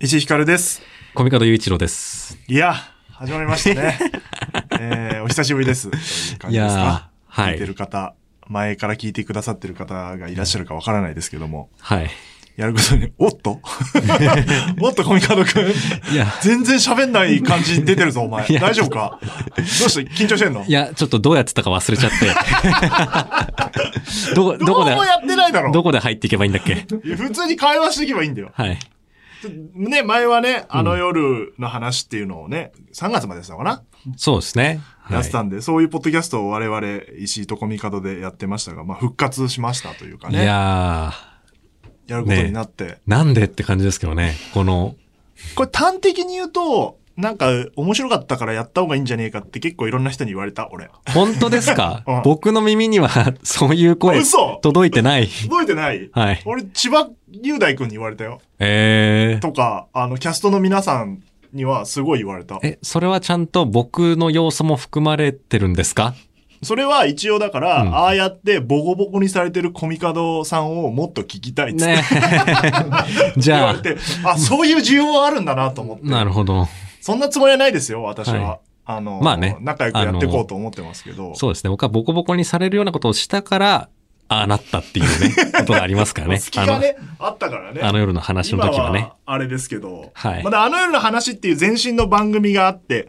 石井ひかるです。コミカド雄一郎です。いや、始まりましたね。 えー、お久しぶりです。という感じですか。ーは聞いてるい。方、前から聞いてくださってる方がいらっしゃるかわからないですけども、はい。やることに、おっと おっと、コミカドくん。いや、全然喋んない感じ出てるぞ、お前。いや大丈夫かどうして緊張してんのいや、ちょっとどうやってたか忘れちゃ って。どこ、どどこうで、もやってないだろ。どこで入っていけばいいんだっけいや普通に会話していけばいいんだよ。はい。ね、前はね、あの夜の話っていうのをね、3月まででしたのかな、そうですね。はやいってたんで、そういうポッドキャストを我々、石井とコミカドでやってましたが、まあ復活しましたというかいね、ややることになって、ー、なんでって感じですけどね。この、これ端的に言うと、なんか面白かったからやった方がいいんじゃねえかって結構いろんな人に言われた、俺。本当ですか うん僕の耳には そういう声嘘届いてない。覚えてないはい。俺、千葉雄大君に言われたよ。えー。とか、あの、キャストの皆さんにはすごい言われた。え、それはちゃんと僕の要素も含まれてるんですかそれは一応だから、うんああやってボコボコにされてるコミカドさんをもっと聞きたいっつって ねじ言ゃわれあ、て、あ、そういう需要はあるんだなと思って。なるほど。そんなつもりはないですよ、私は。はいあの、まあね仲良くやっていこうと思ってますけど。そうですね。僕はボコボコにされるようなことをしたから、ああなったっていう ね、ことがありますからね。隙がね、あったからね。あの、あの夜の話の時はね今。あれですけど。はいまだあの夜の話っていう前身の番組があって、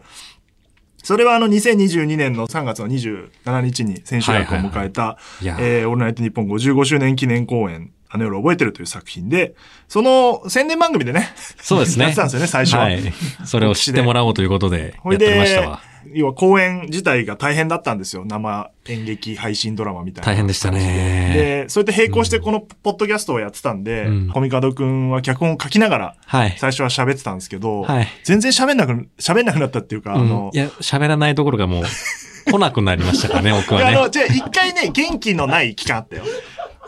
それはあの2022年の3月の27日に千秋楽を迎えた、いや、えー、オールナイトニッポン55周年記念公演、あの夜覚えてるという作品で、その宣伝番組でね、そうです やっねてたん。ですよね、最初は。はい。それを知ってもらおうということで、ほやいってでましたわ。、要は公演自体が大変だったんですよ。生演劇配信ドラマみたいな。大変でしたね。で、それと並行してこのポッドキャストをやってたんで、うんコミカドくんは脚本を書きながら、はい。最初は喋ってたんですけど、はい全然喋んなく、喋んなくなったっていうか、うあんの、いや、喋らないどころかもう、来なくなりましたからね、僕いはやあねの、。じゃあ一回ね、元気のない期間あったよ。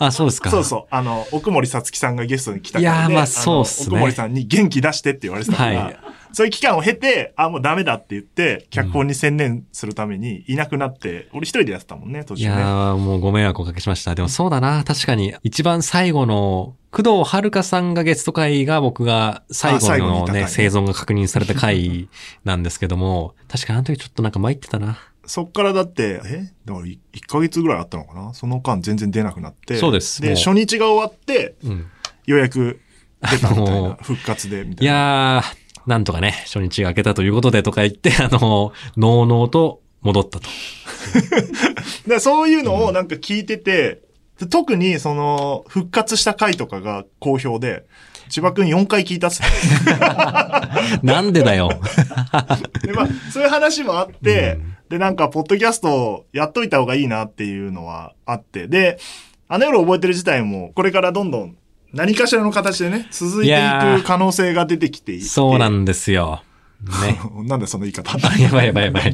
あ、そうですか。そうそう。あの、奥森さつきさんがゲストに来たからで、いやーまあのそうっすね奥森さんに元気出してって言われてたから、はいそういう期間を経て、あ、もうダメだって言って、脚本に専念するためにいなくなって、俺一人でやってたもんね、途い中やね。ー、もうご迷惑をおかけしました。でもそうだな、確かに。一番最後の、工藤遥さんがゲスト会が僕が最あ後最後にいのた回ねね、生存が確認された回なんですけども、確かにあの時ちょっとなんか参ってたな。そっからだって、えだから1ヶ月ぐらいあったのかなその間全然出なくなって。そうですで、もう初日が終わって、うん。ようやく出たみたいもなう。復活で、みたいいな。やー、なんとかね、初日が明けたということでとか言って、あ の、ノーノーと戻ったと。で、そういうのをなんか聞いてて、で特にその、復活した回とかが好評で、千葉くん4回聞いたっすね。なんで だよ。で、まあ、そういう話もあって、で、なんか、ポッドキャストをやっといた方がいいなっていうのはあって、で、あの夜覚えてる自体も、これからどんどん何かしらの形でね、続いていいやーく可能性が出てきていてそうなんですよ。 ね。なんでその言い方あやばいやばいやばい。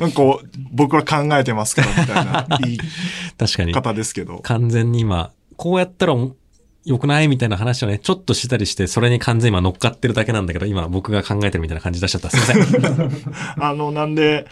なんかこう、僕は考えてますから、みたいな言い確かに。方ですけど。完全に今、こうやったら良くないみたいな話をね、ちょっとしたりして、それに完全に今乗っかってるだけなんだけど、今僕が考えてるみたいな感じ出しちゃった。すいま せん。あの、なんで、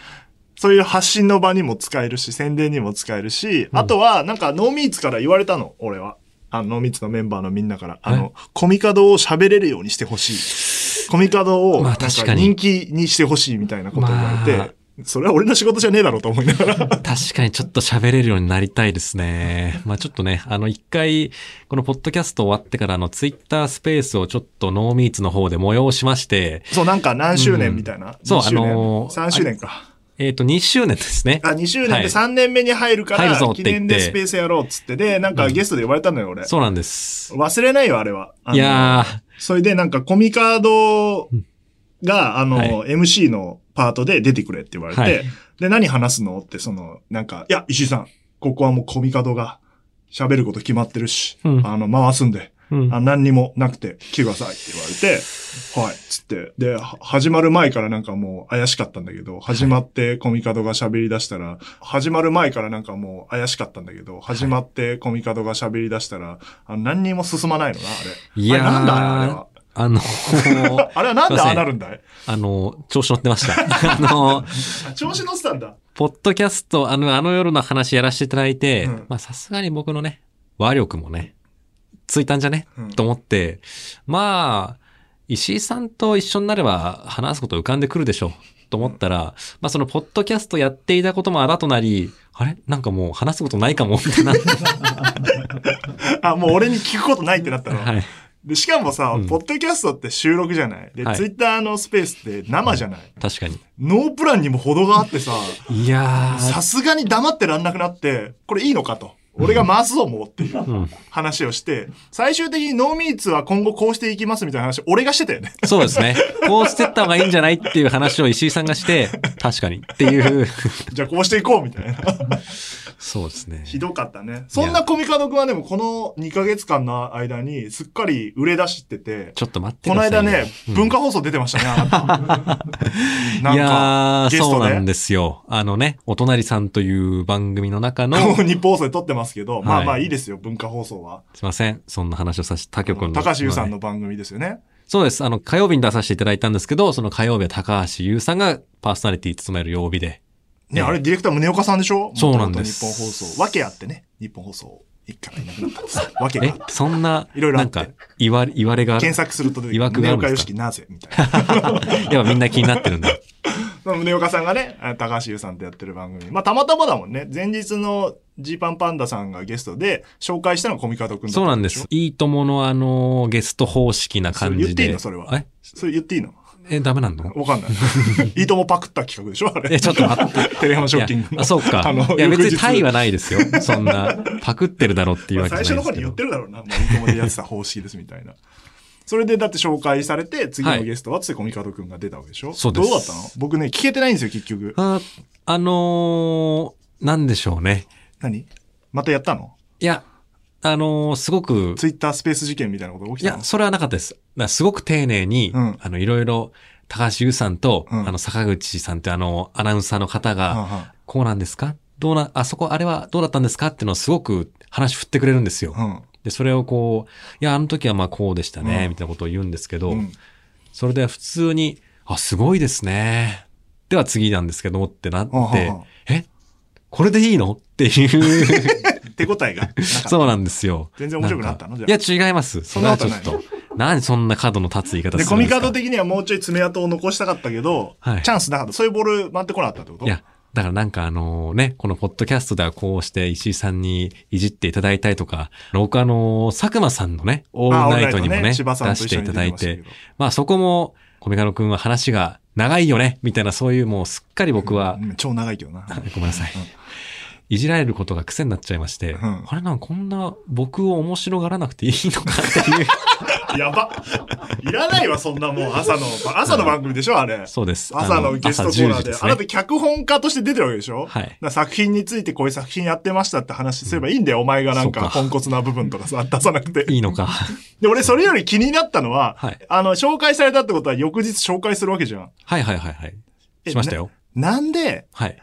そういう発信の場にも使えるし、宣伝にも使えるし、あとは、なんか、ノーミーツから言われたの、俺は。あの、ノーミーツのメンバーのみんなから、あの、コミカドを喋れるようにしてほしい。コミカドを、まなんあか確かに人気にしてほしいみたいなことを言われて、まあそれは俺の仕事じゃねえだろうと思いなが ら。確かにちょっと喋れるようになりたいですね。まあちょっとね、あの一回、このポッドキャスト終わってから、あのツイッタースペースをちょっとノーミーツの方で催しまして、そう、なんか何周年みたいな。そう2周年あのー3周年か。えっ、と、2周年ですね。あ、2周は年いで3年目に入るか入るぞら、って記言って念でスペースやろうっつって、で、なんかゲストで呼ばれたのよ、俺。そうなんです。忘れないよ、あれは。あのいやー、それでなんかコミカードが、あの、はい MC のパートで出てくれって言われて、はいで、何話すのって、その、なんか、いや、石井さん、ここはもうコミカドが喋ること決まってるし、うんあの、回すんで、うんあ何にもなくて来てくださいって言われて、はい、つって、で、は始まる前からなんかもう怪しかったんだけど、始まってコミカドが喋り出したら、始まる前からなんかもう怪しかったんだけど、始まってコミカドが喋り出したら、あの何にも進まないのな、あれ。いあやーれなんだあれは。あ の、あれはなんすいでまあせんあなるんだいあの、調子乗ってました。 あの、あ調子乗ってたんだ。ポッドキャスト、あの、あの夜の話やらせていただいて、うんまあさすがに僕のね、話力もね、ついたんじゃね、うんと思って、まあ、石井さんと一緒になれば話すこと浮かんでくるでしょう。と思ったら、まあそのポッドキャストやっていたこともあだとなり、あれなんかもう話すことないかもみたい な。あ、もう俺に聞くことないってなったの。はい。で、しかもさ、うんポッドキャストって収録じゃない。で、はいツイッターのスペースって生じゃない。確かに。ノープランにも程があってさ、いやー。さすがに黙ってらんなくなって、これいいのかと。俺が回すぞ、もうっていううん、話をして、最終的にノーミーツは今後こうしていきますみたいな話、俺がしてたよね。 そうですね。こうしてった方がいいんじゃないっていう話を石井さんがして、確かにって いう。じゃあこうしていこうみたい な。そうですね。ひどかったね。そんなコミカドくんはでもこの2ヶ月間の間にすっかり売れ出してて、ちょっと待ってこくのださい、間ね、うん文化放送出てましたね、 あなた。ないんか、やーゲスそうトでなんですよ。あのね、お隣さんという番組の 中の、もう日本放送で撮ってますけど、まはあいまあいいですよ、文化放送は。すいません。そんな話をさせて、他局の。高橋優さんまあねの番組ですよね。そうです。あの、火曜日に出させていただいたんですけど、その火曜日は高橋優さんがパーソナリティ務める曜日で。ね、ええあれディレクター宗岡さんでしょそうなんです元々日本放送。訳あってね、日本放送一からいなくなったんですよ。訳が えあっ、そんな、いろいろあなっんてか、言われ、言われがあて。る、検索すると出て疑く惑る。があ宗るん岡でよすしかきなぜみたいな。 やっぱみんな気になってるんだ。まあ宗岡さんがね、あ高橋優さんとやってる番組。まあたまたまだもんね。前日のジーパンパンダさんがゲストで紹介したのがコミカドくんだったそうなんでしすょ。。いいとものあの、ゲスト方式な感それ言っじで。ていいのそれはえそれ言っていいのえ、ダメなのわかん ない。いいともパクった企画でしょあれ。え、ちょっと 待って。テレハマショッキングいやの。あ、そうか。あのいや、別翌日にタイはないですよ。そんな、パクってるだろうっていうまあわけ最じ初のゃな方にいですけ言っどて。るだろうな。もういいともでやってた方式ですみたいな。それでだって紹介されて、次のゲストはつってコミカドくんが出たわけでしょ、そうですどうだったの僕ね、聞けてないんですよ、結局。あ、あのー、なんでしょうね。何またやったのいや、あのー、すごく、ツイッタースペース事件みたいなことが起いきたや、のそれはなかったです。だからすごく丁寧に、うんあの、いろいろ、高橋優さんと、うんあの、坂口さんってあの、アナウンサーの方はが、んはんこうなんですかどうな、あそこ、あれはどうだったんですかっていうのをすごく話振ってくれるんですよ。うんで、それをこう、いや、あの時はまあこうでしたね、うんみたいなことを言うんですけど、うんそれで普通に、あ、すごいですね。では次なんですけどもってなって、はんはんはんえこれでいいのっていう、手応えが なかった。そうなんですよ。全然面白くなったのんかじゃいや、違います。そんなことないれは ちょっと。何そんな角の立つ言いで、方するんですかコミカド的にはもうちょい爪痕を残したかったけど、はいチャンスなかった。そういうボール回ってこなかったってこといや、だからなんかあのね、このポッドキャストではこうして石井さんにいじっていただいたりとか、僕あの、佐久間さんのね、オールナイトにもね、あオールナイトね出千葉さんとし一て緒いに出ただていましたけてど、まあそこも、コミカドくんは話が長いよね、みたいなそういうもうすっかり僕は、うん超長いけどな。ごめんなさいうん。いじられることが癖になっちゃいまして、うんあれなんかこんな僕を面白がらなくていいのかって いう。やば。いらないわ、そんなもう朝の、朝の番組でしょ、あれ。そうです。朝あのゲストコー朝ナ10ー時で。ですあねなた脚本家として出てるわけでしょはいだから作品についてこういう作品やってましたって話すればいいんだよ。お前がなんそかうかポンコツな部分とかさ、出さなくて。 いいのか。で、俺それより気になったのは、はいあの、紹介されたってことは翌日紹介するわけじゃん。はいはいはいはい。えしましたよ。なんで、はい。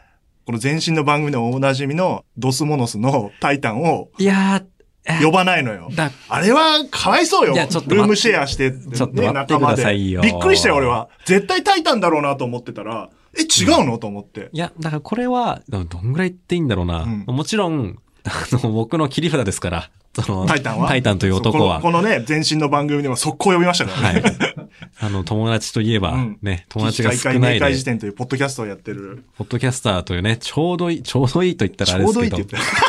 この前身の番組でもおなじみのドスモノスのタイタンをいやー、呼ばないのよ。だ、あれは、かわいそうよ。いやちょっと待っルームシェアして、ねちょっと待ってくださいよ仲間でびっくりしたよ、俺は。絶対タイタンだろうなと思ってたら、え、違うのと思って。いや、だからこれは、どんぐらい言っていいんだろうな。うんもちろん、あの、僕の切り札ですから、その、タイタンはタイタンという男はそうこ。のこのね、前身の番組では速攻呼びましたからね。はい。あの、友達といえば、うんね、友達が少ない明快で、時点というポッドキャストをやってる。ポッドキャスターというね、ちょうどいい、ちょうどいいと言ったらちあれでょうすどいけいってど、言ってた。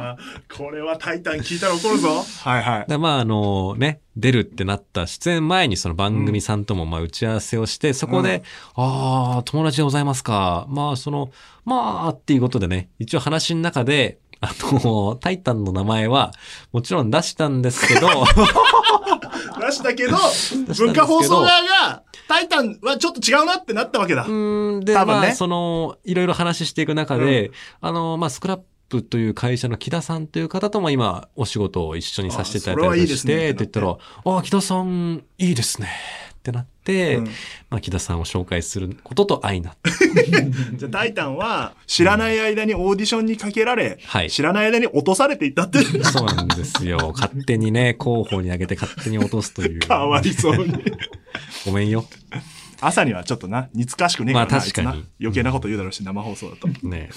あこれはタイタン聞いたら怒るぞ。はいはい。 でまあ、あの、ね、出るってなった出演前にその番組さんともまあ打ち合わせをして、そこで、ああ、友達でございますか。まあ、その、まあ、っていうことでね、一応話の中で、あの、タイタンの名前は、もちろん出したんですけど、出したけど、文化放送側が、タイタンはちょっと違うなってなったわけだ。うーん、で、多分ねまあ、その、いろいろ話していく中で、あの、まあ、スクラップという会社の木田さんという方とも今、お仕事を一緒にさせていただあそれはいいたいりでとかすしねて、って言ったら、あ、木田さん、いいですね、ってなって、うんまあ、木田さんを紹介することと相 なって。じゃあ、タイタンは、知らない間にオーディションにかけられ、はい知らない間に落とされていったって、 そうなんですよ。勝手 にね、広報に上げて勝手に落とすという。かわいそうに。ごめんよ。朝にはちょっとな、似つかしくねえからな、まああいつ確なかに余計なこと言うだろうし、生放送だと。いね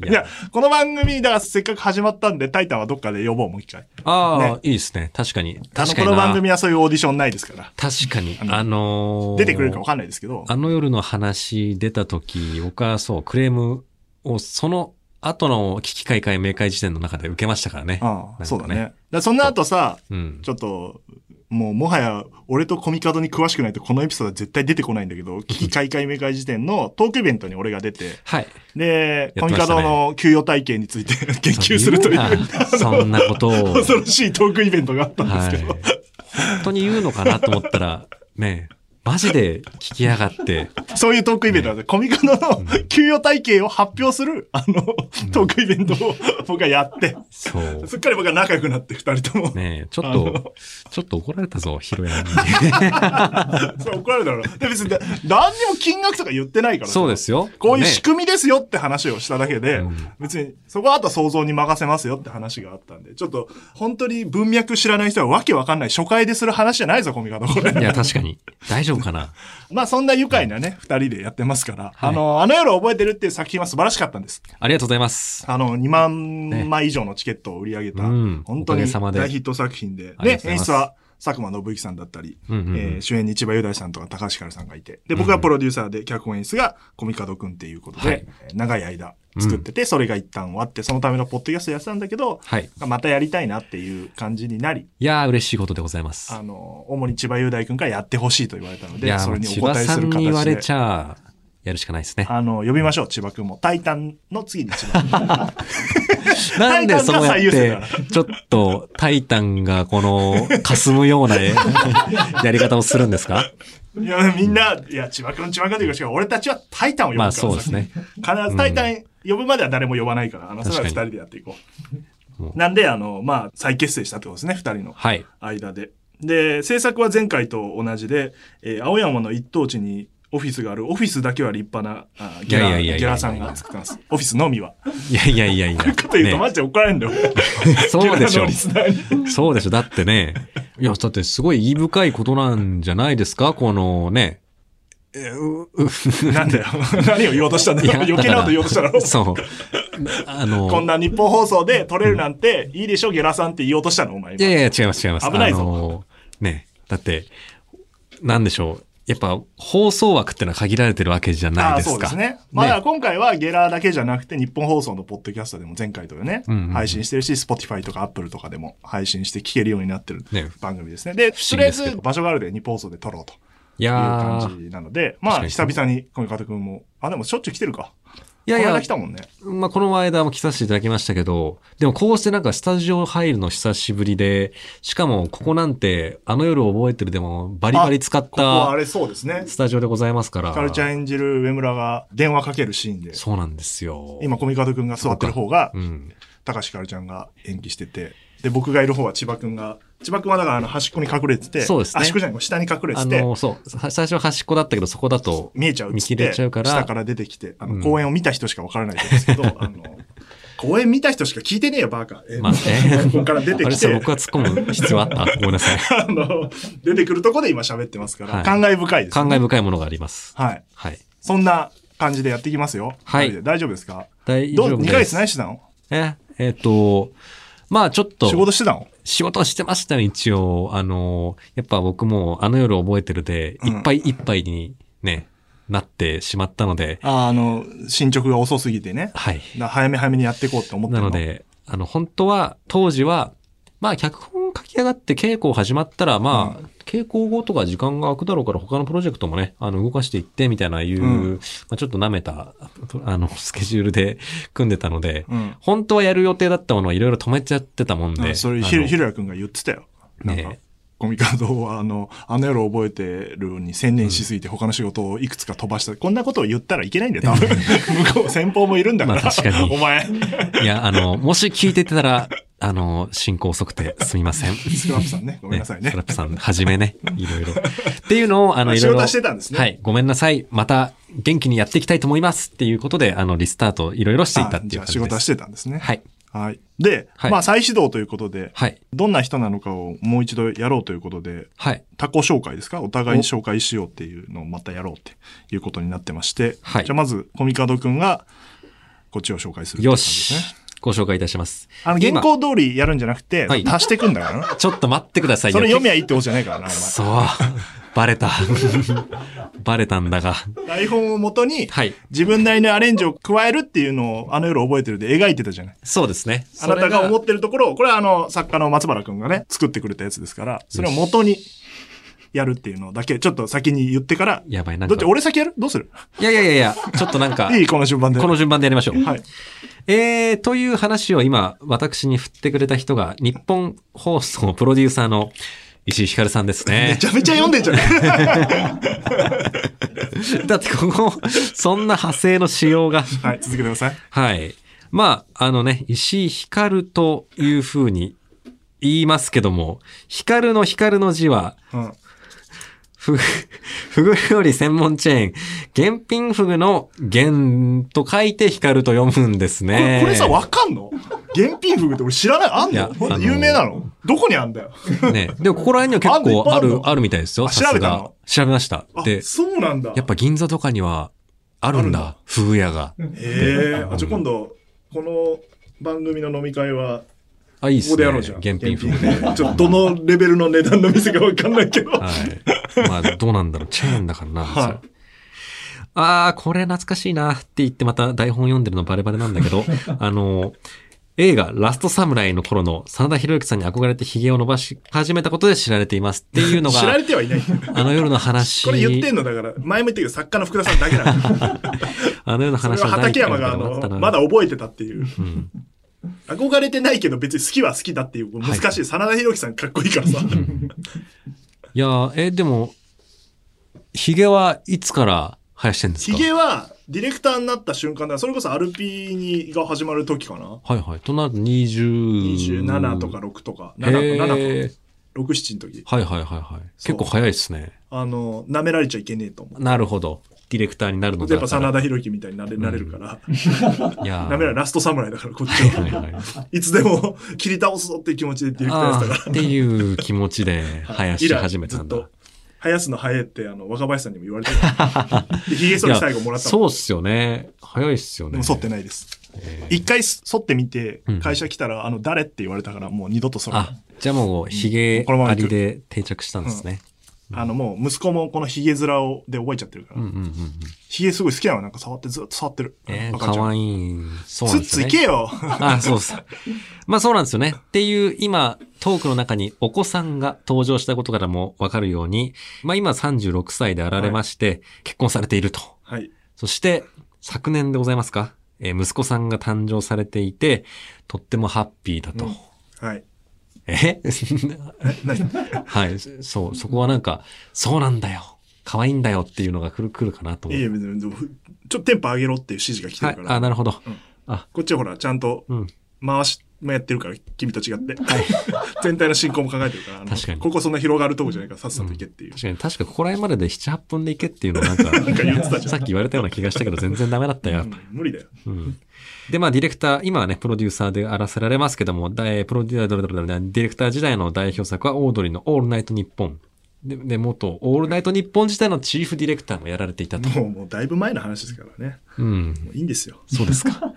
え。いや、この番組、だからせっかく始まったんで、タイタンはどっかで呼ぼう、もう一回。ああ、ねいいですね。確かに。あ確の、かこにのな。番組はそういうオーディションないですから。確かに。のあのー出てくれるかわかんないですけど。あの夜の話出た時、僕はそう、クレームをその後の危機開会明快時点の中で受けましたからね。あかあ、ねそうだね。だからその後さ、うん。ちょっと、もうもはや、俺とコミカドに詳しくないとこのエピソードは絶対出てこないんだけど、危機開会明快時点のトークイベントに俺が出て、はい。で、やコってミましカたねドの給与体系について 言及するという、そう言うなそんなことを。恐ろしいトークイベントがあったんですけど、はい、本当に言うのかなと思ったら、ねえ、マジで聞きやがって、そういうトークイベントなんで、コミカドの給与体系を発表する、あの、トークイベントを僕はやって、そう。すっかり僕は仲良くなって二人とも。ねえ、ちょっあとの、ちょっと怒られたぞ、ヒロヤ に。そう怒られたから。で別に、だ何にも金額とか言ってないから。そうですよ。こういうね仕組みですよって話をしただけで、うん別にそこはあとは想像に任せますよって話があったんで、ちょっと本当に文脈知らない人はわけわかんない初回でする話じゃないぞ、コミカドこれ。いや、確かに。大丈夫かな。まあそんな愉快なね、二人でやってますから、はいあの、あの夜覚えてるっていう作品は素晴らしかったんです。ありがとうございます。あの、2万枚以上のチケットを売り上げた、うん本当おかげにさまで大ヒット作品で、ありでがとう、ござい演ます出は佐久間信之さんだったり、うんうんうんえー主演に千葉雄大さんとか高橋ひかるさんがいて、で、僕がプロデューサーで脚本演出がコミカドくんっていうことで、はいえー長い間作ってて、それが一旦終わって、そのためのポッドキャストやってたんだけど、はい。またやりたいなっていう感じになり、いやー、嬉しいことでございます。あの、主に千葉雄大くんからやってほしいと言われたのいやで、ーそれに千お葉答えさするんに言わ形れで。ちゃ、やるしかないですね。あの、呼びましょう、千葉くんも。タイタンの次に千葉 くん。なんでそうやタっイタンてが最優、ちょっと、タイタンがこの、霞むよう なえやり方をするんですかいや、みんな、いや、千葉くん、千葉くんというか、しかも俺たちはタイタンを呼ぶからまあそうですね。必ずタイタン呼ぶまでは誰も呼ばないから、あの、それは二確か人でやっていこもう。うなんで、あの、まあ、再結成したってことですね、二人のはい。間で。で、制作は前回と同じで、えー青山の一等地にオフィスがある、オフィスだけは立派な、あゲいやラ、いやいやいやゲラさんが作ってます。オフィスのみ は。いやいやいやいや。こと言うとねマジで怒られるんだよ。ゲそうラでしょのリ。スナーに。そうでしょ。だってね。いや、だってすごい意義深いことなんじゃないですかこのね。えううなんだよ。 何を言おうとしたんだいよ。や 余計なこと言おうとしただろだから。 そう。あの、こんな日本放送で撮れるなんて、いいでしょ、ゲラさんって言おうとしたの、お前い今。やいや、違います、違います。危ないぞあのーね、だって、なんでしょう。やっぱ、放送枠ってのは限られてるわけじゃないああ、ですか。そうですね。まあ、ねだから今回はゲラだけじゃなくて、日本放送のポッドキャストでも前回とかね、うんうん配信してるし、Spotify とか Apple とかでも配信して聞けるようになってるね番組ですね。で、思と議りあでえすけずど場所があるで日本放送で撮ろうといいうや感ーじなので、ま確あ、久かに々に小見方くんも、あ、でもしょっちゅう来てるか。いやいこのや間来、たもんね。まあ、この間も来させていただきましたけど、でもこうしてなんかスタジオ入るの久しぶりで、しかもここなんて、あの夜覚えてるでもバリバリ使っここはあたれそうですね。スタジオでございますから。カルチャー演じる上村が電話かけるシーンで、そうなんですよ。今、小見方くんが座ってる方がう、ん。高橋ひかるちゃんが演技してて、で、僕がいる方は千葉くんが、千葉くんはだからあの端っこに隠れてて、そうですね端っこじゃないこう下に隠れあてて、の、そう。は最初は端っこだったけど、そこだと、見えちゃうっ見つ切っれて、ちゃうから下から出てきて、あうんの、公演を見た人しかわからないと思うんですけど、 あの、公演見た人しか聞いてねえよ、バーカ。えーまあ、ね。ここから出てあれきさ、て僕、は突っ込む必要あったごめんなさい。 あの、出てくるとこで今喋ってますから、はい感慨深いです、感ね。慨深いものがあります。はい。はい。そんな感じでやっていきますよ。はい二人で大丈夫ですか大ど丈う、夫で2す。ヶ月何してたのえ、えっ、と、まあちょっと、仕事してたの仕事してましたね、一応。あの、やっぱ僕もあの夜覚えてるで、うんいっぱいいっぱいにね、なってしまったので、ああの、進捗が遅すぎてね。はい。だから早め早めにやっていこうって思ってなるので、あの、本当は、当時は、まあ脚本書き上がって稽古始まったら、まあ、稽古後とか時間が空くだろうから他のプロジェクトもね、あの、動かしていってみたいないう、うんまあちょっと舐めた、あの、スケジュールで組んでたので、うん。本当はやる予定だったものをいろいろ止めちゃってたもんで。あそれ、あのひろひろやくんが言ってたよ。なんかね、コミカドは、あの、あの夜覚えてるに専念しすぎて他の仕事をいくつか飛ばした。こんなことを言ったらいけないんだよ、多分。 向こう、先方もいるんだから。まあ確かにお 前、いや、あの、もし聞いてたら、あの、進行遅くてすみません。スクラップさんね。ごめんなさいね。ねスラップさん、はじめね。いろいろ。っていうのを、あの、い仕ろい事ろ。はしてたんですねはい。ごめんなさい。また、元気にやっていきたいと思います。っていうことで、あの、リスタート、いろいろしていたあっていじうゃあ感じです。仕事はしてたんですね。はい。はい。で、はいまあ再始動ということで、はい。どんな人なのかをもう一度やろうということで、はい。他己紹介ですかお互い紹介しようっていうのをまたやろうっていうことになってまして、はいじゃあまず、コミカドくんが、こっちを紹介するっていうよ感じしですね。。ご紹介いたします。あの、今原稿通りやるんじゃなくて、はい足していくんだからな。ちょっと待ってくださいそれ読みやゃいいってことじゃないからな、おそう。バレた。バレたんだが。前。台本をもとに、はい。自分なりのアレンジを加えるっていうのをあの夜覚えてるで描いてたじゃない。そうですね。あなたが思っってるところを、これはあの、作家の松原くんがね、作ってくれたやつですから、それを元にやるっていうのだけ、ちょっと先に言ってから、やばい、なんどか。っち、俺先やるどうするいやいやいやいや、ちょっとなんか、 いいこの順番で。この順番でやりましょう。はい。えー、という話を今、私に振ってくれた人が、日本放送プロデューサーの石井ひかるさんです めねち。ゃめちゃ読んでん じゃん。だってここ、そんな派生の仕様が。はい、続けてください。はい。まあ、あのね、石井光というふうに言いますけども、光の光の字は、うん。ふぐ、 ふぐ料理専門チェーン、原品ふぐの原と書いて光と読むんですこれね。これさ、わかんの原品フグって俺知らない。あんいやのほんとあのー有名なのどこにあんだよ。ね。でもここら辺にはあんの結いっぱい構ああるるの、あるみたいですよ。あ調べたのさすが調べました。あで、そうなんだ。やっぱ銀座とかにはあるんあるんだ、ふぐ屋が。ええあ、じゃあ今度、この番組の飲み会は、あ、いいっここすね。でやろうじゃん。原品ふぐ原品ちょっとどのレベルの値段の店かわかんないけど。はい。まあ、どうなんだろう。チェーンだからな。はいそれああ、これ懐かしいなって言ってまた台本読んでるのバレバレなんだけ ど、あの、映画ラストサムライの頃の真田広之さんに憧れて髭を伸ばし始めたことで知られていますっていうの知らがれ、てはいない。あの夜の話。これ言ってんのだから、前も言ったけど、作家の福田さんだけだ。 あの夜のそれ話はの第一畠回山が、みたいあなのがあったの、なまだ覚えてたっていう。うん憧れてないけど、別に好きは好きだっていう、難しい。真田広樹さんかっこいいから さ。いやー、え、でも、髭はいつから生やしてんですヒかゲは、ディレクターになった瞬間だ。それこそアルピーにが始まる時かな。はいはい。となると20。 27とか。6とか、へ7か、7ーか、6、7の時。はいはいはいはい。そ結う構早いですね。あの、舐められちゃいけねえと思う。なるほど。ディレクターになるのやだっぱか真ら。田広樹みたいになれなれるから、いやー舐められラスト侍だから、こっちはいは。はいはいいつでも切り倒すぞっていう気持ちでディレクターやっあてたから。ーっていう気持ちで生やし始めたん以来だずっと。生やすの早いって、あの、若林さんにも言われてた。 で、髭剃り最後もらったもんそうっすよね。早いっすよでね。も剃ってないです。えー一回剃ってみてうん、会社来たら、あの、誰って言われたから、もう二度と剃らないあ、じゃあもう、ヒゲこのままあ行くりで定着したんですね。あの、もう息子もこの髭面を、で覚えちゃってるかうんうら。んうんうん。髭すごい好きなの、なんか触って、ずっと触ってる。えー、赤かちゃんわいい。そうなツッんですツよいね。け よあ、そうそう。まあそうなんですよね。っていう、今、トークの中にお子さんが登場したことからもわかるように、まあ今36歳であられまして、結婚されていると。はい。そして、昨年でございますか、えー息子さんが誕生されていて、とってもハッピーだと。うんはい。ええ何 はい、そう、そこはなんか、そうなんだよ。可愛いんだよっていうのがくるくるかなと思いやう。別にでもふちょっとテンポ上げろっていう指示が来てはるいか、あ、ら。なるほど。うんあ、こっちはほら、ちゃんとうん。回しもやってるから、君と違って。 全体の進行も考えてるから、あの確かにここそんな広がるとこじゃないから、さっさと行けっていう。確かに、確かここら辺までで7、8分でいけっていうの をなんか、言ってたじゃんさっき言われたような気がしたけど、全然ダメだったよ。うん無理だよ。うんで、まあ、ディレクター、今はね、プロデューサーであらせられますけども、だえプロデューサー、どれどれどれディレクター時代の代表作は、オードリーのオールナイトニッポン。で、で元、オールナイトニッポン時代のチーフディレクターもやられていたと。もう、もうだいぶ前の話ですからね。うん。もういいんですよ。そうですか。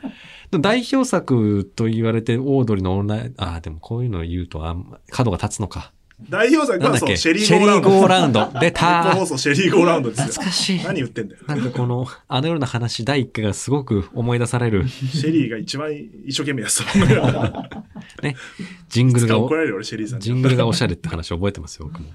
でも代表作と言われて、オードリーのオールナイト、ああ、でもこういうのを言うと、あんま角が立つのか。代表作なは、んだっそう、けシェリーゴーラウンド。ーラウンド。出 日本た放懐送シェリーゴーラウンドですよ。かしい。何言ってんだよ。なんかこの、あの夜の話第1回がすごく思い出される、シェリーが一番一生懸命やってたもんね。 ね、ジングルが怒られるよ俺、シェリーさんジに。ングルがおしゃれって話覚えてますよ、僕も。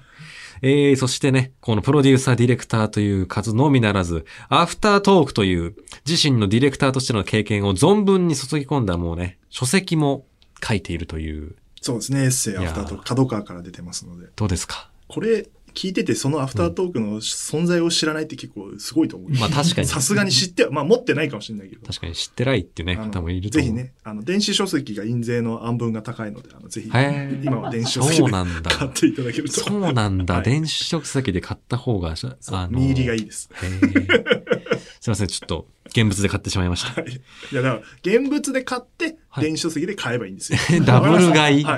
えー、そしてね、このプロデューサー、ディレクターという数のみならず、アフタートークという自身のディレクターとしての経験を存分に注ぎ込んだもうね、書籍も書いているという、そうですね、エッセイ、アフターいとや角川から出てますので。どうですかこれ、聞いてて、そのアフタートークの存在を知らないって結構すごいと思う。まあ確か にさすがに知っては、まあ持ってないかもしれないけど。確かに知ってないっていうね、あの方もいるとぜ思ひう。ね、あの、電子書籍が印税の暗分が高いので、あの、ぜひ、へー今は電子書籍そうでなんだ。買っていただけると。そうなんだ。はい電子書籍で買った方が、あの見入りがいいです。へーすいません、ちょっと現物で買ってしまいました。いや、だから、現物で買って、はい。電子書籍で買えばいいんですよ ダブル買いは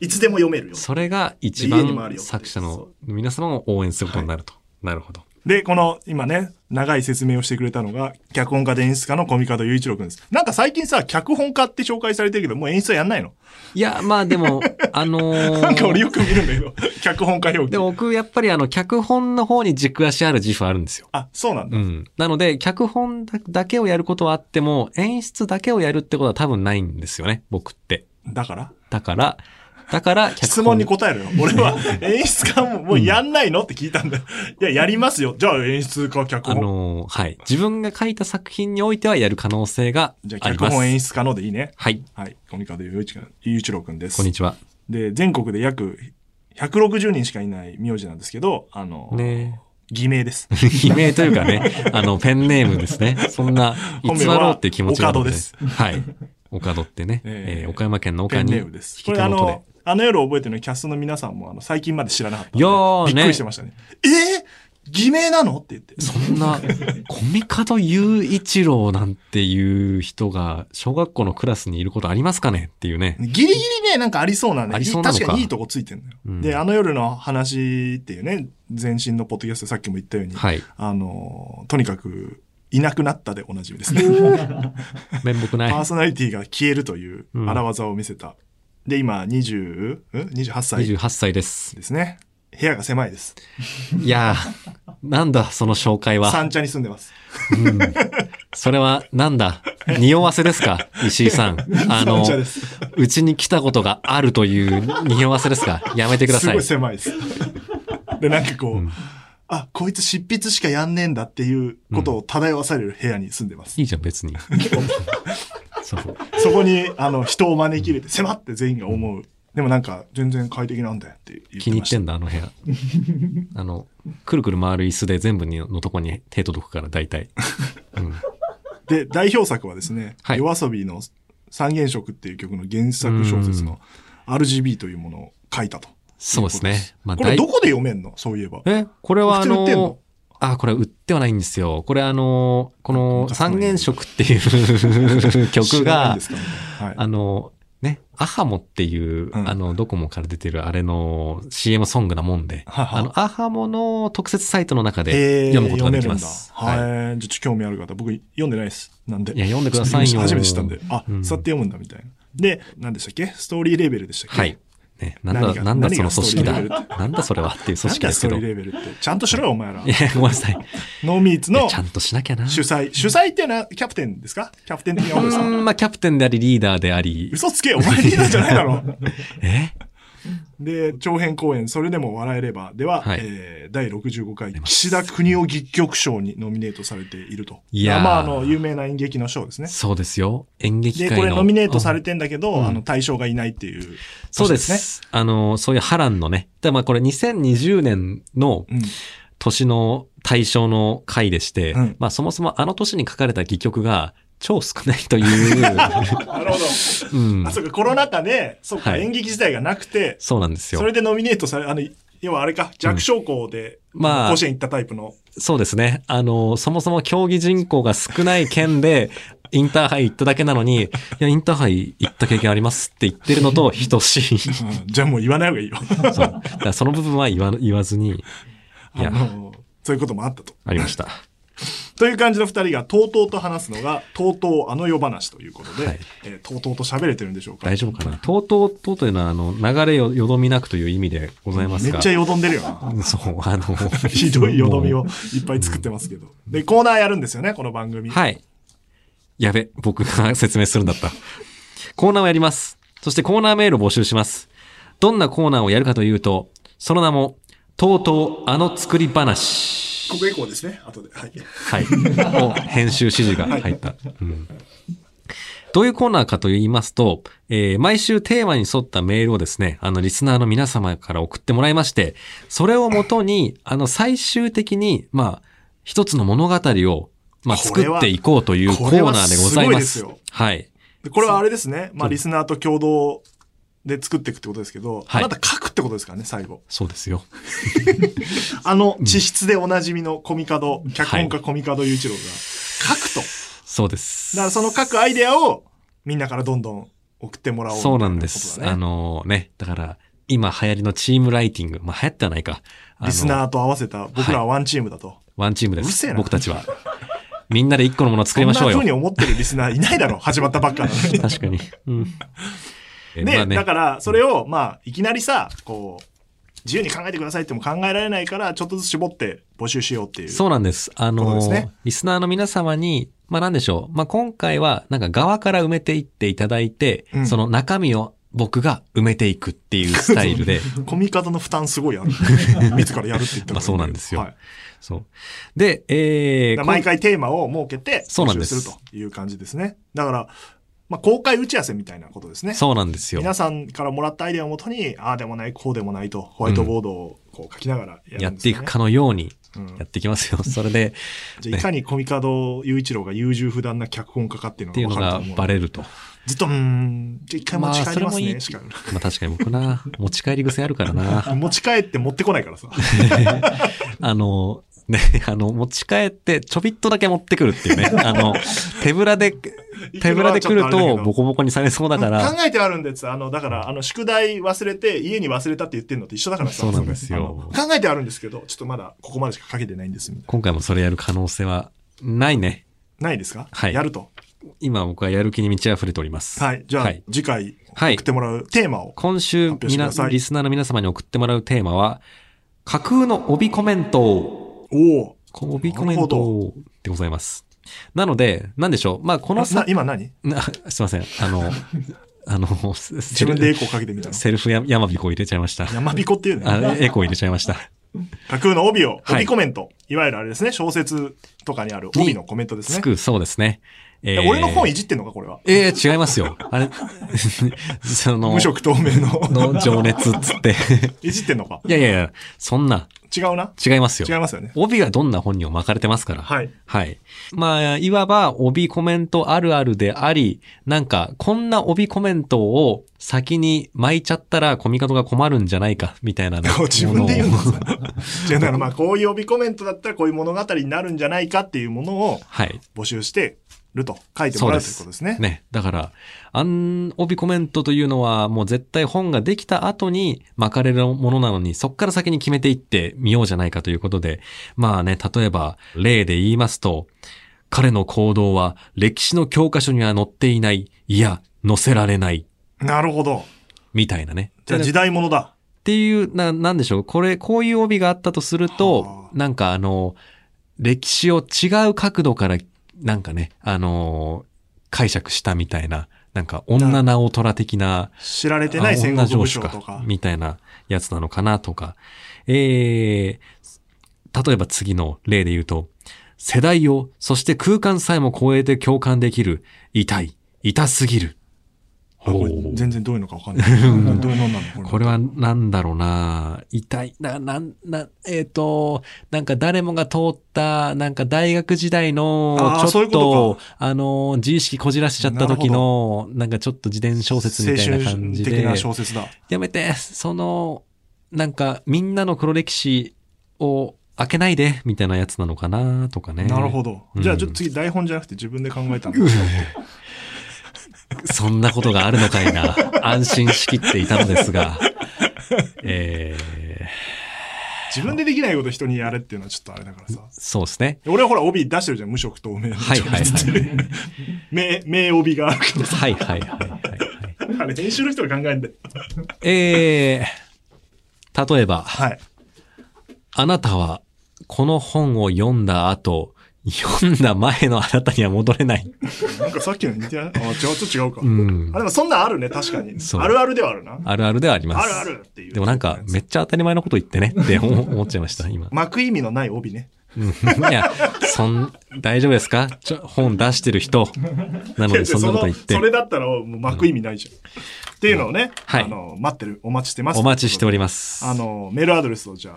い。いつでも読めるよ。それが一家にもあ番るよ作者の皆様を応援することになると。なるほど。で、この、今ね、長い説明をしてくれたのが、脚本家で演出家のコミカド雄一郎くんです。なんか最近さ、脚本家って紹介されてるけど、もう演出はやんないのいや、まあ でも、あのーなんか俺よく見るんだけど、脚本家表で記。も僕、やっぱりあの、脚本の方に軸足ある自負あるんですよ。あ、そうなんだ。うん。なので、脚本だだけをやることはあっても、演出だけをやるってことは多分ないんですよね、僕って。だからだから、だから、脚本質問に答えるよ。俺 は演出家ももうやんないのって聞いたんだよ。いや、やりますよ。じゃあ演出家、脚あ本。のーはい。自分が書いた作品においてはやる可能性がじゃああり脚ます。本演出家のでいいね。はい。はい。コミカド雄一君雄一郎くんです。こんにちは。で、全国で約160人しかいない名字なんですけど、あの、ね偽名です。 悲鳴というかね、あの、ペンネームですね。そんな、本偽名はろうっていう気持ちがあるの岡戸ですはい。岡戸ってね、えええー岡山県のペ岡ンにネ引ームです。きこ手れあの音での。、あの夜覚えてるのキャストの皆さんもあの最近まで知らなかったんで。いやーねびっくりしてましたね。えー、偽名なのって言って。そんな、コミカド雄一郎なんていう人が、小学校のクラスにいることありますかねっていうね。ギリギリね、なんかありそうなんで、ありそうなのか確かにいいとこついてるのよ、うんで、あの夜の話っていうね、前身のポッドキャストさっきも言ったように、はい。あの、とにかく、いなくなったでおなじみですね。 面目なパーい。ソナリティが消えるという荒技を見せた。で、今、20、ん ?28 歳28歳です。ですね。部屋が狭いです。いやー、なんだ、その紹介は。三茶に住んでます。うんそれは、なん だ、匂わせですか石井さん。あの三茶、です。うちに来たことがあるという匂わせですかやめてくだすさごいい。狭 いです。で、なんかこう、うんあ、こいつ執筆しかやんねえんだっていうことを漂わされる部屋に住んでます。いいじゃん、別に。 そう。そこに、あの、人を招き入れて、迫って全員が思う。でもなんか、全然快適なんだよって言って気にま入っしてた。んだ、あの部屋。あの、くるくる回る椅子で全部にのとこに手届くから、大体。うん。で、代表作はですね、はい夜遊びの三原色っていう曲の原作小説の RGB というものを書いたと。そうですね。まあ、これ大どこで読めんのそういえば。え、これはあ普通に売ってんのの、あ、これ売ってはないんですよ。これあの、このなんかそんな三原色っていう 曲知らないんがで、すかねはいあの、ね、アハモっていう、うんあの、ドコモから出てるあれの CM ソングなもんで、ははあの、アハモの特設サイトの中えでー読むことができます。読めるんはだはい。ちょっと興味ある方、僕読んでないです。なんで。い。いや、読んでくださいよ。初めて知ったんで。あ、うんそうやって読むんだみたいな。で、何でしたっけストーリーレベルでしたっけはい。。ね、なんだ、何がなんだそ何のが組織だ。ストーリーレベなんだそれはっていなんう組織でだすスけトーリーど。いレベルって。ちゃんとしろよ、お前ら。や、ごめんなさい。いノーミーツやのちゃんとしなきゃな。主催。主催っていうのはキャプテンですかキャプテン的なもんですうかん、まあ、キャプテンであり、リーダーであり。嘘つけお前リーダーじゃないだろえで、長編公演、それでも笑えれば、では、はいえー第65回、岸田国夫戯曲賞にノミネートされていると。いやーまあ、あの、有名な演劇の賞ですね。そうですよ。演劇界で、の。これノミネートされれてんだけど、うんあの、対象がいないっていう。そうですね。ね。あの、そういう波乱のね。で、まあこれ2020年のうん。年の対象の回でして、うんまあそもそもあの年に書かれた戯曲が超少ないと いう、なるほど。うんあ、、そうか、コロナ禍で、そうか、はい演劇自体がなくて、そうなんですそよ。れでノミネートされ、あの、要はあれか、弱小校で、まあ甲子園行ったタイプの。そうですね。あの、そもそも競技人口が少ない 県で、インターハイ行っただけなのに、いや、インターハイ行った経験ありますって言ってる のと等しい。そううんじゃあもう言わない方がいいよ。だからその部分は言わ言わずに、いあや、の、そういうこともあったと。ありました。という感じの二人がとうとうと話すのが、とうとうあの夜話ということで、はいえーとうとうと喋れてるんでしょうか。大丈夫かなとうとうとうというのは、あの、流れよ、よどみなくという意味でございますめが。っちゃよどんでるよ な。そう、あの、 ひどいよどみをもいっぱい作ってますけど。で、コーナーやるんですよね、この番組。う。はい。やべ、僕が説明するんだった。コーナーをやります。そしてコーナーメールを募集します。どんなコーナーをやるかというと、その名も、とうとうあの作り話。ここ以降ですね、後で。はい。はい。を編集指示が入った。うんどういうコーナーかと言いますと、えー毎週テーマに沿ったメールをですね、あの、リスナーの皆様から送ってもらいまして、それをもとに、あの、最終的に、まあ、一つの物語を、まあ、こ作れはっていこうというコーナーでございこれはすごいま。ですすよはい。でこれはあれですね、まそあ、うリスナーと共同で作っていくってことですけど、はいあなた書くってことですからね、最後。そうですよ。あの、地質でおなじみのコミカド、脚本家コミカド雄一郎が、書くと。そうです。だからその各アイデアをみんなからどんどん送ってもらおうみたいそうことだなね、んです。あのね、だから、今流行りのチームライティング。まあ流行ってはないか。あのリスナーと合わせた僕らはワンチームだと。ワンチームでうるせえなす。僕たちは。みんなで一個のものを作そりんまなしょうよ風。に思ってるリスナーいないだろう。始まったばっかな のに。確かに。 うん。えで、まあだから、それを、まあ、いきなりさ、こう、自由に考えてくださいっても考えられないから、ちょっとずつ絞って募集しようっていう。そうなんです。あことでの、すねリスナーの皆様に、まあなんでしょう。まあ今回は、なんか側から埋めていっていただいて、うんその中身を僕が埋めていくっていうスタイルで、コミカドの負担すごいあ る。自らやるって言ったまあそうなんですよはいそう。で、えだかー、ら毎回テーマを設けて、そう募なん集ですするという感じですね。だから、まあ、公開打ち合わせみたいなことですね。そうなんですよ。皆さんからもらったアイデアをもとに、ああでもない、こうでもないと、ホワイトボードをこう書きながらややるっんですてよいねくかのようにうんやっていきますよ。それで、じゃあいかにコミカド雄一郎が優柔不断な脚本家かっていうっていうののが分かがると思バう。レると。ずっと、うーん、じゃあ一回持ち帰りますね、まあしそかれまあ確かに僕な、持ち帰り癖あるからな。持ち帰って持ってこないから さ。あの、ね、 あの、持ち帰って、ちょびっとだけ持ってくるってい うね。あの、手ぶらで、手ぶらで来ると、ボコボコにされそうだか考ら、えてあるんです。あの、だから、あの、宿題忘れて、家に忘れたって言ってんのと一緒だからさ。そうなんですよあの考えてあるんですけど、ちょっとまだここまでしか書けてないんです、みたい今回もそれやる可能性はないね。な。ないですかはいやると。今僕はやる気に満ち溢れております。はい。じゃあ、はい次回、はい送ってもらうテーマを。今週発表してく皆ださいリスナーの皆様に送ってもらうテーマは、架空の帯コメントを、おお。この帯コメントでございます。なので、なんでしょう。まあ、このなさ、今何なすいません。あの、あの、自自分でエコーかけてみたの。セルフや山彦を入れちゃいました。山彦っていうあね。エコー入れちゃいました。架空の帯を、はい帯コメント、い。わゆるあれですね、小説とかにあるに帯のコメントですつね。く、そう ですね。ええー俺の本いじってんのか、これは。えー違いますよ。あれ、 その、無色透明の。の情熱っつって。 いじってんのか。いやいやいや、そんな、違うな。違いますよ違い。ますよね。帯はどんな本にも巻かれてますから。い。はい。まあ、いわば帯コメントあるあるであり、なんか、こんな帯コメントを先に巻いちゃったらコミカドが困るんじゃないか、みたいな 自分で言うんもでのをすね。違うだからまあこういう帯コメントだったらこういう物語になるんじゃないかっていうものをはい。募集してると書いてもらうというこそうですとですね。ね。だから、あん、帯コメントというのは、もう絶対本ができた後に巻かれるものなのに、そっから先に決めていってみようじゃないかということで、まあね、例えば、例で言いますと、彼の行動は歴史の教科書には載っていない、いや、載せられない、なるほど。みたいなね。じゃあ時代物だ。っていう、な、なんでしょう。これ、こういう帯があったとするとは、なんかあの、歴史を違う角度から、なんかね、あのー解釈したみたいな、なんか女なお虎的な、知られてあない戦女国上武司将とかか、。みたいなやつなのかなとか。えー、例えば次の例で言うと、世代を、そして空間さえも超えて共感できる、痛い、痛すぎる。あこれおー全然どういうのかわかんない。うんどういうのなのこれ。はなんだろうな痛い、な、なん、な、えっ、と、なんか誰もが通った、なんか大学時代のあ、ーちそういょっうことと、あの、自意識こじらしちゃった時の、なんかちょっと自伝小説みたいな感じ青春的で、な小説だ。やめて、その、なんかみんなの黒歴史を開けないで、みたいなやつなのかなとかね。なるほど。うんじゃあちょっと次台本じゃなくて自分で考えたの。そんなことがあるのかいな。安心しきっていたのですが。えー、自分でできないこと人にやれっていうのはちょっとあれだからさ。そうですね。俺はほら帯出してるじゃん、無色透明の小はいはい説って。 名、名帯があるけどはいはいはいはいはい。あれ、編集の人が考えんだよ。えー、例えば、はい。あなたはこの本を読んだ後、読んだ前のあなたには戻れない。なんかさっきの似てないあ、違う、ちょっと違うか。うんあ、。でもそんなんあるね、確かにそ。うあるあるではあるな。あるあるではあります。あるあるっていう。でもなんか、めっちゃ当たり前のこと言ってねって思思っちゃいました、 今。巻く意味のない帯ね。うんいや、そん、大丈夫ですかちょ本出してる人。なので、そんなこと言っいやそてのそ。れだったらもう巻く意味ないじゃん。っていうのをね、はいあの、待ってる、お待ちしてます。お待ちしておりります。あの、メールアドレスをじゃ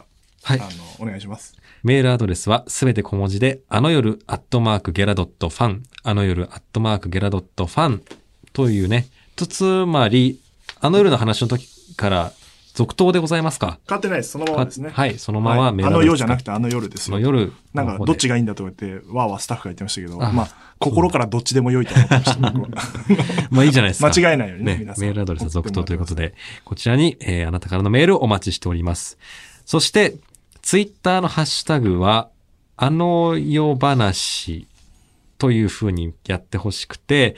あ、はあいの。、お願いします。メールアドレスはすべて小文字で、あの夜アットマークゲラドットファン、あの夜アットマークゲラドットファンというね、つつまり、あの夜の話の時から、続投でございますか買ってないです。そのままですね。はい、そのままメーあルのアドレス夜じゃなくてあの夜ですそのよ。夜なんのか、方どでっちがいいんだとか言って、わーわースタッフが言ってましたけど、あまあ、心からどっちでも良いと思って ました、僕はまあいいじゃないですか。間違えないようにねね、皆さんメールアドレスは続投ということで、こちらに、えーあなたからのメールをお待ちしております。そして、ツイッターのハッシュタグは、あの世話という風にやってほしくて、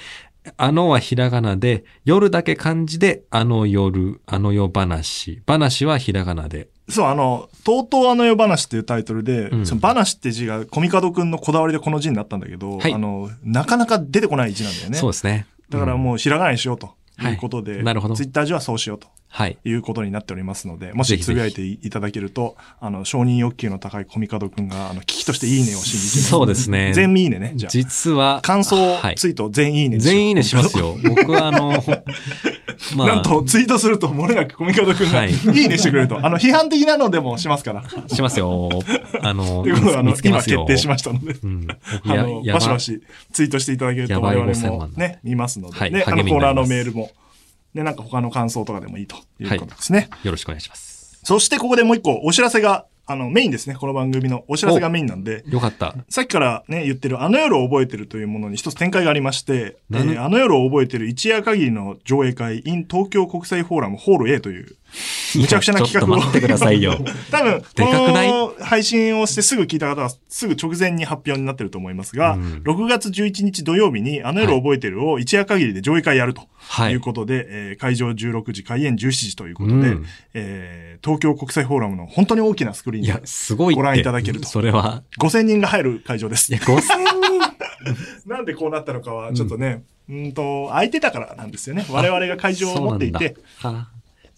あのはひらがなで、夜だけ漢字で、あの夜、あの世話、話はひらがなで。そう、あの、とうとうあの世話っていうタイトルで、うんその話って字が、コミカドくんのこだわりでこの字になったんだけど、はいあの、なかなか出てこない字なんだよね。そうですね。だからうん、もう、ひらがなにしようと。はいいうことで、なるほどツイッター上はそうしようとはい。いうことになっておりますので、もしぜひつぜひぶやいていただけると、あの、承認欲求の高いコミカドくんが、あの、危機としていいねを信じてますそうですね全員いいねね、じゃあ。実は、感想はい、ツイート全員いいねにしよう全員いいね しますよ。僕はあの、ほまなんと、ツイートすると、漏れなくコミカドくんが、、はいいいねしてくれると。あの、批判的なのでもします から。としますよ。あの、いうことで、あの見つ、け今ますよ。決定しましたので。うん。あやの、やばバシバシツイートしていただけるとやば我い々5000も万だね、見ますので、はいね、あの励みコーにナーなりますのメールも、ね、なんか他の感想とかでもいいということですね。よろしくお願いします。そしてここでもう一個お知らせが、あの、メインですね。この番組のお知らせがメインなんで、よかった。さっきからね、言ってるあの夜を覚えてるというものに一つ展開がありまして、えなにーあの夜を覚えてる一夜限りの上映会 in 東京国際フォーラムホール A という、むちゃくちゃな企画を。いやちょっと待ってくださいよ。 多分、こでかくないの配信をしてすぐ聞いた方は、すぐ直前に発表になってると思いますが、うん6月11日土曜日に、あの夜覚えてるを一夜限りで上映会やるとはいいうことで、えー会場16時、開演17時ということで、うんえー東京国際フォーラムの本当に大きなスクリーンいでや、すごいっごて。覧いただけるとそれは。 5000人が入る会場ですいや、。5000なんでこうなったのかは、ちょっとね、うーんと、空いてたからなんですよね。我々が会場を持っていて、。そうなんだは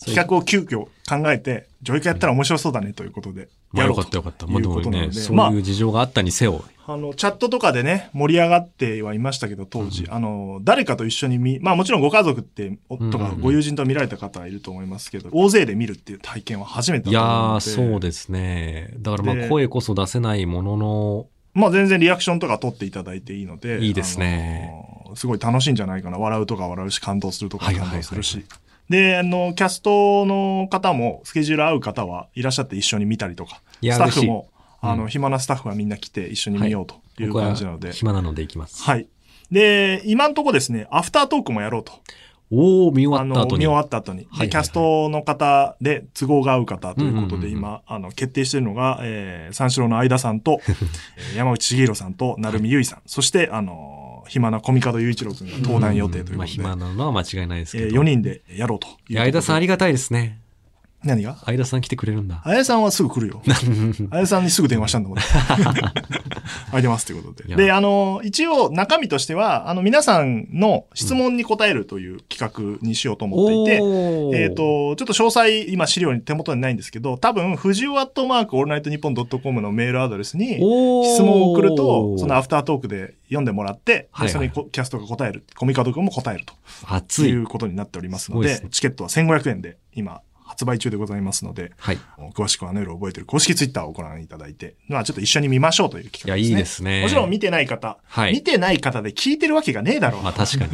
企画を急遽考えて、上映会やったら面白そうだねということで、まあやろようかとったよかった。いもううでこもとなのね、で、そういう事情があったにせよ。あの、チャットとかでね、盛り上がってはいましたけど、当時、あの、誰かと一緒に見、まあもちろんご家族って、おんうんとかご友人と見られた方はいると思いますけど、大勢で見るっていう体験は初めていだやと思うのー、で、そうですね。だからまであ、声こそ出せないものの、まあ全然リアクションとか取っていただいていいので、いいですねあの。すごい楽しいんじゃないかな。笑うとか笑うし、感動するとかはいはい感はいは動いするし。で、あの、キャストの方も、スケジュール合う方はいらっしゃって一緒に見たりとか、いやスタッフも、嬉しいうんあの、暇なスタッフはみんな来て一緒に見ようという僕は感じなので、暇なので行きます。はい。で、今んとこですね、アフタートークもやろうと。おー、見あ終わったの、見後に。終わった後に。ではいはいはいキャストの方で都合が合う方ということで、うんうんうんうん今、あの、決定してるのが、えー、三四郎の相田さん と、えー山内茂弘さんと、成海優衣さん。そして、あのー暇なコミカド雄一郎君が登壇予定というまことあ、で、暇なのは間違いないですえけど。 4人でやろうということいで。や、相田さんありがたいですね。何が相田さん来てくれるんだ。綾さんはすぐ来 るよ。綾さんにすぐ電話したんだもん。空いてますということいで。やで、あの、一応中身としては、あの、皆さんの質問に答えるという企画にしようと思っていて、おーえっ、と、ちょっと詳細、今資料に手元にないんですけど、多分、藤尾アットマークオールナイトニッポンドットコムのメールアドレスに、質質問を送ると、そのアフタートークで読んでもらって、はいはいでそれにこキャストが答える、コミカド君も答えると熱いい。うことになっておりますのすごいで、ですねチケットは1500円で今発売中でございますので、はい。い詳しくはあの夜覚えてる公式ツイッターをご覧いただいて、まあちょっと一緒に見ましょうという企や、画でいすね。いですね。もちろん見てない方、はい見てない方で聞いてるわけがねえだろうまあ確か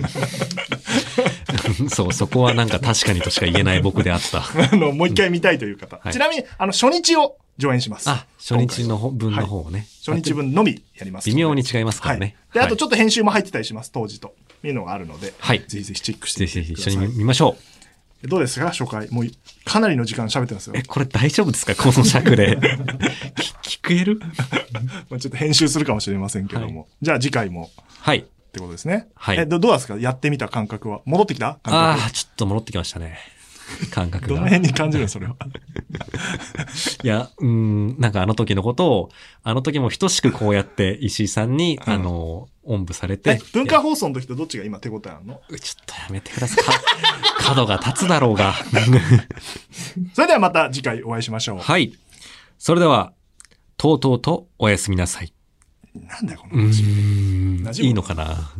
に。 そう、そこはなんか確かにとしか言えない僕であった。 あの、もう一回見たいという方。はいちなみに、あの、初日を上演します。あ、初日の方分の方をね。初日分のみやりますので。微妙に違いますからねはいで、はいあとちょっと編集も入ってたりします、当時と。いうのがあるので。はいぜひぜひチェックしてぜみひぜてひくださ一い。緒に見ましょう。どうですか初回。もう、かなりの時間喋ってますよえ、。これ大丈夫ですかこの尺で。 き聞けるまあちょっと編集するかもしれませんけども。じゃあ次回も、はい。ってことですね。はいえ、どどうですかやってみた感覚は。戻ってきた感あ覚。あ、ちょっと戻ってきましたね。感覚どのが。辺に感じるのそれは。いや、うーん、なんかあの時のことを、あの時も等しくこうやって石井さんに、うんあの、おんぶされえて、、文化放送の時とどっちが今手応えあるのいやちょっとやめてください。か 角が立つだろうが。それではまた次回お会いしましょう。 はい。それでは、とうとうとおやすみなさい。なんだよ、このうーん馴染むいいのかな